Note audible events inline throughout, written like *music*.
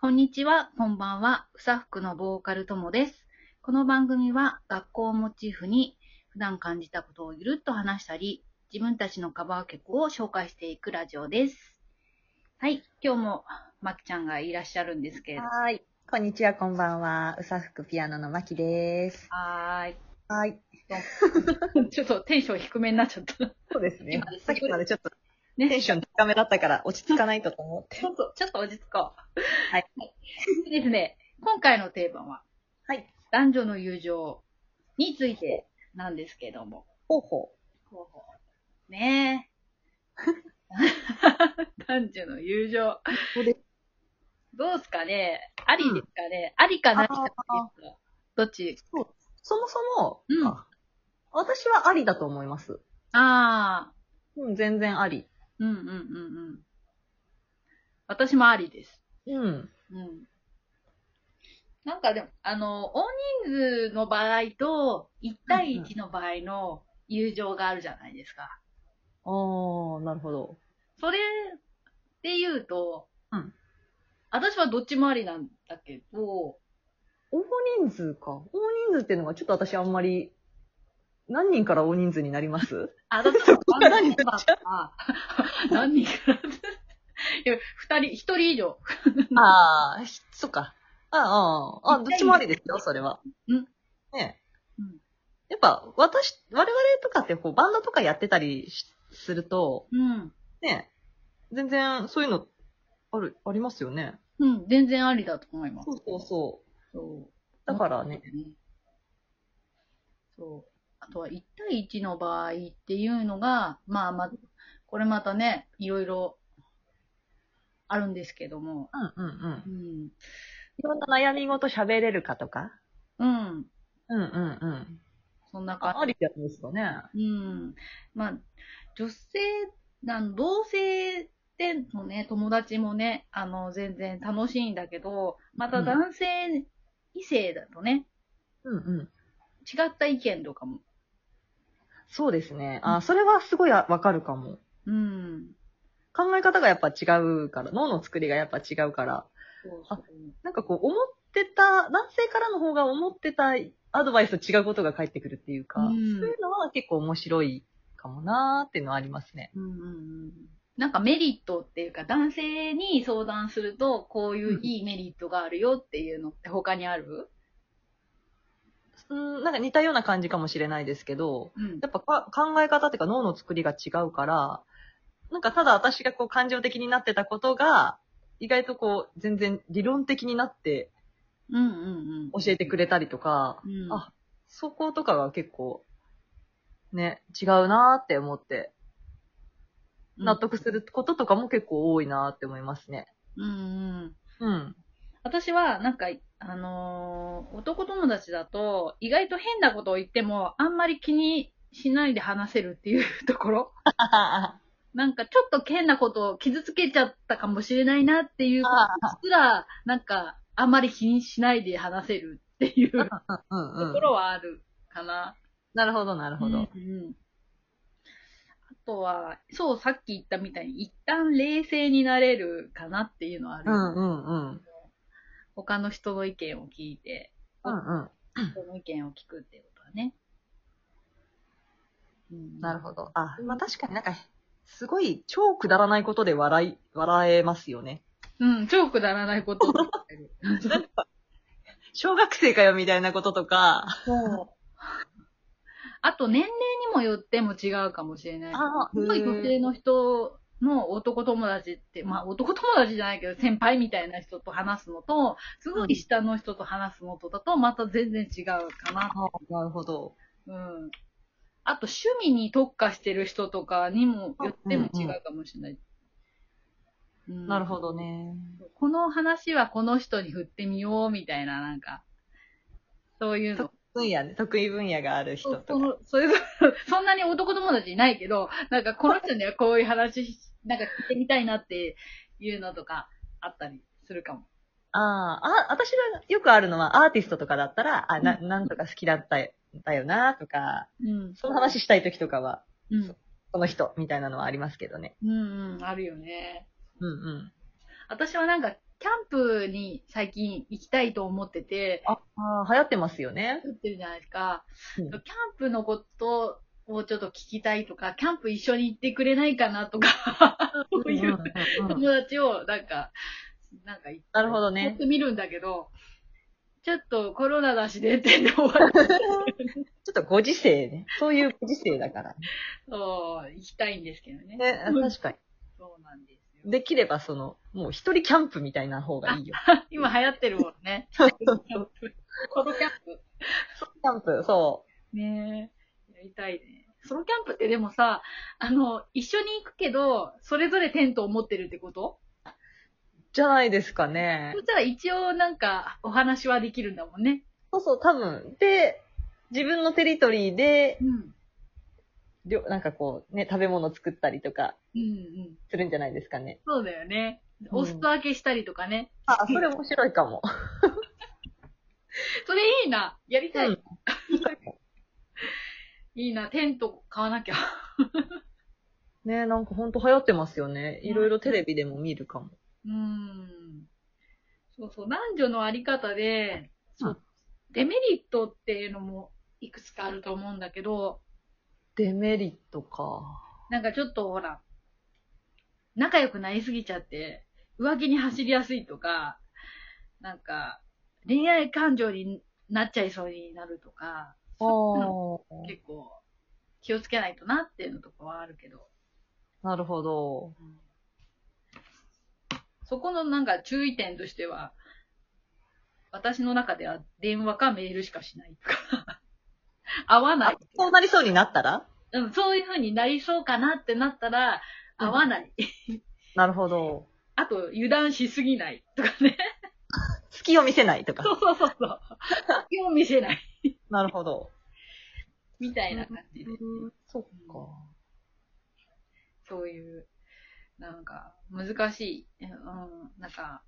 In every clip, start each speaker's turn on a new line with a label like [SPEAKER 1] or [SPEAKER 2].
[SPEAKER 1] こんにちは、こんばんは、うさふくのボーカルともです。この番組は学校をモチーフに普段感じたことをゆるっと話したり、自分たちのカバー曲を紹介していくラジオです。はい、今日もまきちゃんがいらっしゃるんですけれど。
[SPEAKER 2] はーい。こんにちは、こんばんは。うさふくピアノのまきです。
[SPEAKER 1] はーい。
[SPEAKER 2] はい。
[SPEAKER 1] *laughs* ちょっとテンション低めになっちゃった。
[SPEAKER 2] そうですね
[SPEAKER 1] 今。
[SPEAKER 2] さっきまでちょっと
[SPEAKER 1] ね
[SPEAKER 2] テンション高めだったから落ち着かないとと思って
[SPEAKER 1] *laughs* ち。ょっと、ちょっと落ち着こう。
[SPEAKER 2] はい。
[SPEAKER 1] でですね、今回のテーマは、
[SPEAKER 2] はい。
[SPEAKER 1] 男女の友情についてなんですけども。
[SPEAKER 2] *laughs* ほうほ
[SPEAKER 1] ね *laughs* え。男女の友情。
[SPEAKER 2] う。で
[SPEAKER 1] どうすかねありですかねあり、かなしかですかどっち
[SPEAKER 2] そもそも、
[SPEAKER 1] うん
[SPEAKER 2] あ私はありだと思います。
[SPEAKER 1] ああ、
[SPEAKER 2] うん、全然あり。
[SPEAKER 1] うんうんうんうん。私もありです。
[SPEAKER 2] うん。
[SPEAKER 1] うんなんかでも、あの、大人数の場合と、1対1の場合の友情があるじゃないですか。
[SPEAKER 2] あー、なるほど。
[SPEAKER 1] それって言うと、
[SPEAKER 2] うん
[SPEAKER 1] 私はどっちもありなんだけど、
[SPEAKER 2] 大人数か。大人数っていうのがちょっと私あんまり、何人から大人数になります
[SPEAKER 1] あ、だって
[SPEAKER 2] こからになっち
[SPEAKER 1] バンドメンバーとか *laughs* 何人かないや、二人、一人以上。
[SPEAKER 2] あー、ひそっか。あーあー、あー、どっちもありですよ、それは。
[SPEAKER 1] うん。
[SPEAKER 2] ねえ
[SPEAKER 1] うん
[SPEAKER 2] やっぱ、私、我々とかってこう、バンドとかやってたりしすると、
[SPEAKER 1] うん。
[SPEAKER 2] ねえ全然そういうの、ある、ありますよね。
[SPEAKER 1] うん、全然ありだと思います。
[SPEAKER 2] そうそうそう。
[SPEAKER 1] そう。
[SPEAKER 2] だからね。
[SPEAKER 1] そう。あとは1対1の場合っていうのが、まあまあ、これまたね、いろいろあるんですけども。
[SPEAKER 2] うんうんうん
[SPEAKER 1] う。ん。
[SPEAKER 2] いろんな悩み事喋れるかとか。
[SPEAKER 1] うん。
[SPEAKER 2] うんうんうん。
[SPEAKER 1] そんな感
[SPEAKER 2] あありじゃないですかね。
[SPEAKER 1] じ。うん。まあ、女性、なん同性でのね、友達もね、あの、全然楽しいんだけど、また
[SPEAKER 2] うん
[SPEAKER 1] 男性、異性だとね、
[SPEAKER 2] うんうん。
[SPEAKER 1] 違った意見とかも。
[SPEAKER 2] そうですね。あー、それはすごいわかるかも。
[SPEAKER 1] うん。
[SPEAKER 2] 考え方がやっぱ違うから、脳の作りがやっぱ違うから、
[SPEAKER 1] そうそう
[SPEAKER 2] なんかこう思ってた、男性からの方が思ってたアドバイスと違うことが返ってくるっていうか、
[SPEAKER 1] うん
[SPEAKER 2] そういうのは結構面白いかもなーっていうのはありますね。
[SPEAKER 1] うんうんうんなんかメリットっていうか、男性に相談すると、こういういいメリットがあるよっていうのって他にある
[SPEAKER 2] うん、なんか似たような感じかもしれないですけど、
[SPEAKER 1] うん
[SPEAKER 2] やっぱか考え方っていうか脳の作りが違うから、なんかただ私がこう感情的になってたことが、意外とこう全然理論的になって
[SPEAKER 1] うんうん
[SPEAKER 2] 教えてくれたりとか、
[SPEAKER 1] うん。うん、
[SPEAKER 2] あ、そことかが結構、ね、違うなーって思って、
[SPEAKER 1] うん
[SPEAKER 2] 納。得することとかも結構多いなーって思いますね。
[SPEAKER 1] うんうん。
[SPEAKER 2] うん。
[SPEAKER 1] 私は、なんか、あのー男友達だと、意外と変なことを言っても、あんまり気にしないで話せるっていうところ。
[SPEAKER 2] あ
[SPEAKER 1] なんか、ちょっと変なことを傷つけちゃったかもしれないなっていうこと
[SPEAKER 2] あ、
[SPEAKER 1] すら、なんか、あんまり気にしないで話せるっていうと
[SPEAKER 2] うんうん
[SPEAKER 1] こ。ろはあるかな。
[SPEAKER 2] なるほど、なるほど。
[SPEAKER 1] うんうんあとは、そう、さっき言ったみたいに、一旦冷静になれるかなっていうのはある
[SPEAKER 2] う
[SPEAKER 1] よね、
[SPEAKER 2] んうんうん。
[SPEAKER 1] 他の人の意見を聞いて、
[SPEAKER 2] うんうん。
[SPEAKER 1] 人の意見を聞くっていうことはね。うん
[SPEAKER 2] なるほど。あ、まあ確かになんか、すごい超くだらないことで笑い、笑えますよね。
[SPEAKER 1] うん、超くだらないことを言って
[SPEAKER 2] *laughs*
[SPEAKER 1] る。
[SPEAKER 2] 小学生かよみたいなこととか、
[SPEAKER 1] そう。 *laughs* あと、年齢にもよっても違うかもしれない。
[SPEAKER 2] あ
[SPEAKER 1] すごい女性の人の男友達って、まあ男友達じゃないけど、先輩みたいな人と話すのと、すごい下の人と話すのとだと、また全然違うかな。
[SPEAKER 2] あなるほど。
[SPEAKER 1] うん。あと、趣味に特化してる人とかにもよっても違うかもしれない。うん
[SPEAKER 2] なるほどね。
[SPEAKER 1] この話はこの人に振ってみようみたいな、なんか、そういうの。
[SPEAKER 2] 分野ね、得意分野がある人
[SPEAKER 1] そ
[SPEAKER 2] とか。
[SPEAKER 1] そのそれぞれ *laughs* そんなに男友達いないけど、なんかこの人にはこういう話し、なんか聞いてみたいなっていうのとかあったりするかも。
[SPEAKER 2] ああ、あ、私がよくあるのは、アーティストとかだったら、あ、な、
[SPEAKER 1] う
[SPEAKER 2] なんとか好きだったよだよな、とか、
[SPEAKER 1] うん。
[SPEAKER 2] その話したい時とかは、
[SPEAKER 1] うん。
[SPEAKER 2] この人、みたいなのはありますけどね。
[SPEAKER 1] うんうん、あるよね。
[SPEAKER 2] うんうん。
[SPEAKER 1] 私はなんかキャンプに最近行きたいと思ってて、
[SPEAKER 2] あー流行ってますよね。
[SPEAKER 1] 作ってるじゃないですか。
[SPEAKER 2] うん
[SPEAKER 1] キャンプのことをちょっと聞きたいとか、キャンプ一緒に行ってくれないかなとか、 *laughs* そういうん
[SPEAKER 2] うんうん
[SPEAKER 1] 友達をなんか、なんか言って、
[SPEAKER 2] なるほどね
[SPEAKER 1] やってみるんだけど、ちょっとコロナだし出て終わる。
[SPEAKER 2] ちょっとご時世ね。そういうご時世だから
[SPEAKER 1] そう、行きたいんですけどね。
[SPEAKER 2] ね。ね
[SPEAKER 1] うん
[SPEAKER 2] 確か
[SPEAKER 1] そうなんですよ。
[SPEAKER 2] に。できればその、もう一人キャンプみたいな方がいいよ。
[SPEAKER 1] 今流行ってるもんね。 *laughs* ソロキャンプ。
[SPEAKER 2] キャンプ、そ
[SPEAKER 1] ねえ。やりたいね。ソロキャンプってでもさ、あの、一緒に行くけど、それぞれテントを持ってるってこと
[SPEAKER 2] う。じゃないですかね
[SPEAKER 1] そ。したら一応なんか、お話はできるんだもんね。
[SPEAKER 2] そうそう、多分。で、自分のテリトリーで、
[SPEAKER 1] うん。
[SPEAKER 2] りょなんかこう、ね、食べ物作ったりとか
[SPEAKER 1] うんうん。
[SPEAKER 2] するんじゃないですかね。
[SPEAKER 1] そうだよね。
[SPEAKER 2] うん
[SPEAKER 1] お裾分けしたりとかね。
[SPEAKER 2] あ、それ面白いかも。
[SPEAKER 1] それいいな。やりたい。
[SPEAKER 2] うん
[SPEAKER 1] *laughs* いいな。テント買わなきゃ。
[SPEAKER 2] *laughs* ねなんかほんと流行ってますよね。いろいろテレビでも見るかも。
[SPEAKER 1] うーんそうそう、男女のあり方で、そうう、デメリットっていうのもいくつかあると思うんだけど、
[SPEAKER 2] デメリットか。
[SPEAKER 1] なんかちょっとほら、仲良くなりすぎちゃって、浮気に走りやすいとか、なんか、恋愛感情になっちゃいそうになるとか、
[SPEAKER 2] ああ。
[SPEAKER 1] 結構気をつけないとなっていうのとかはあるけど、
[SPEAKER 2] なるほど。
[SPEAKER 1] うんそこのなんか注意点としては、私の中では電話かメールしかしないとか、 *laughs* 会わな
[SPEAKER 2] あ
[SPEAKER 1] い、、
[SPEAKER 2] そうなりそうになったら
[SPEAKER 1] うん。そういう風になりそうかなってなったら、
[SPEAKER 2] うん
[SPEAKER 1] 会わない。
[SPEAKER 2] なるほど。
[SPEAKER 1] あと、油断しすぎないとか *laughs* ね。
[SPEAKER 2] 隙を見せないと
[SPEAKER 1] そ
[SPEAKER 2] か。
[SPEAKER 1] うそうそうそう。気を見せない。
[SPEAKER 2] なるほど。
[SPEAKER 1] みたいな感じで。
[SPEAKER 2] そっ
[SPEAKER 1] か。そういう、なんか、難しい、うん、なんか、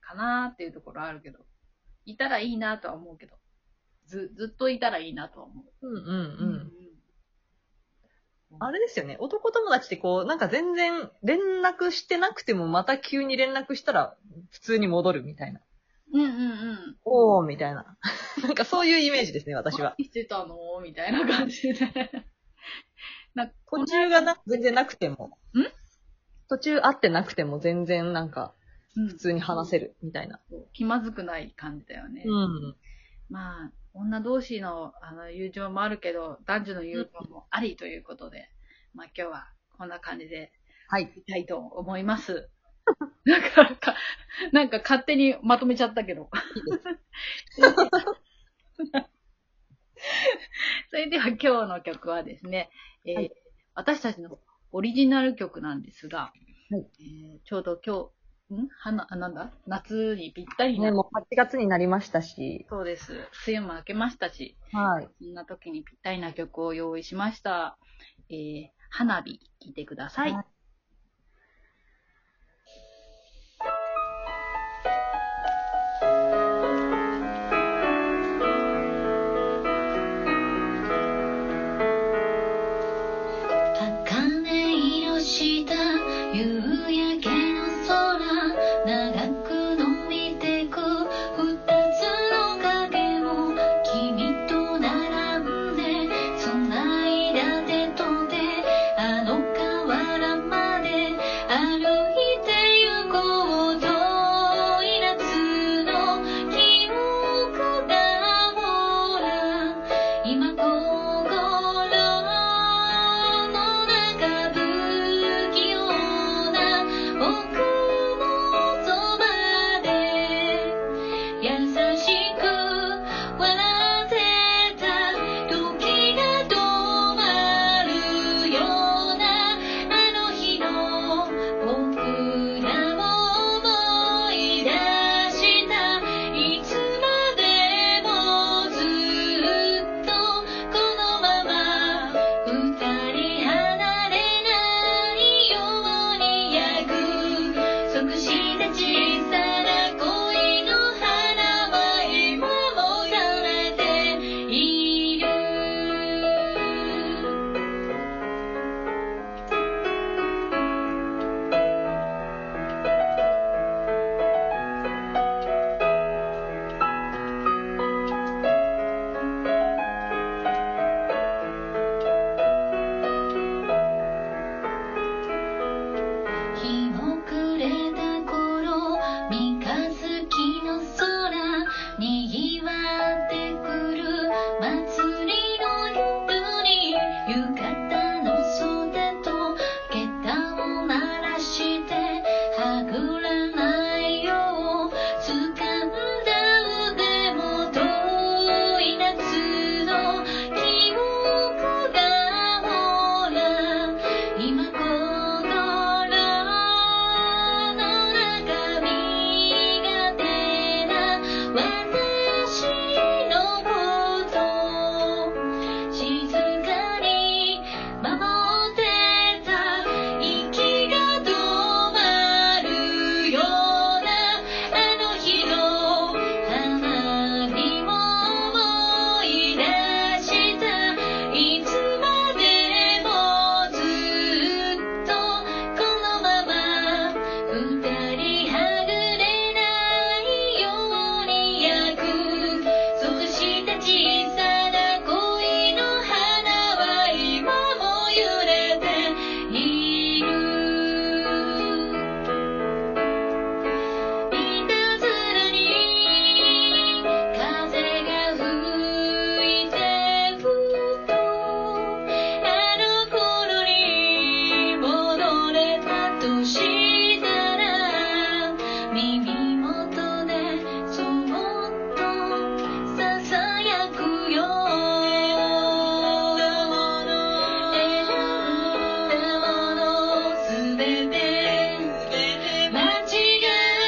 [SPEAKER 1] かなーっていうところあるけど、いたらいいなとは思うけど、ず、ずっといたらいいなとは思う。
[SPEAKER 2] うんうんうん。
[SPEAKER 1] うん
[SPEAKER 2] あれですよね。男友達ってこう、なんか全然連絡してなくてもまた急に連絡したら普通に戻るみたいな。
[SPEAKER 1] うんうんうん。
[SPEAKER 2] おーみたいな。 *laughs* なんかそういうイメージですね、私は。
[SPEAKER 1] 何してたのみたいな感じで。なんか、
[SPEAKER 2] 途中がな、全然なくても。
[SPEAKER 1] ん
[SPEAKER 2] 途中会ってなくても全然なんか
[SPEAKER 1] 普
[SPEAKER 2] *laughs* 普通に話せるみたいな。
[SPEAKER 1] 気まずくない感じだよね。
[SPEAKER 2] うん。
[SPEAKER 1] まあ、女同士のあの友情もあるけど、男女の友情もありということで、まあ今日はこんな感じで
[SPEAKER 2] はい。
[SPEAKER 1] いたいと思います。 *laughs* なんかか、なんか勝手にまとめちゃったけど。 *laughs* それでは今日の曲はですね、えー
[SPEAKER 2] はい
[SPEAKER 1] 私たちのオリジナル曲なんですが、
[SPEAKER 2] はい
[SPEAKER 1] えーちょうど今日、ん花、あ、なんだ夏にぴったりな、
[SPEAKER 2] ね、もう8月になりましたし。
[SPEAKER 1] そうです。梅雨も明けましたし、
[SPEAKER 2] はい。
[SPEAKER 1] そんな時にぴったりな曲を用意しました。えー花火、聴いてください
[SPEAKER 2] はい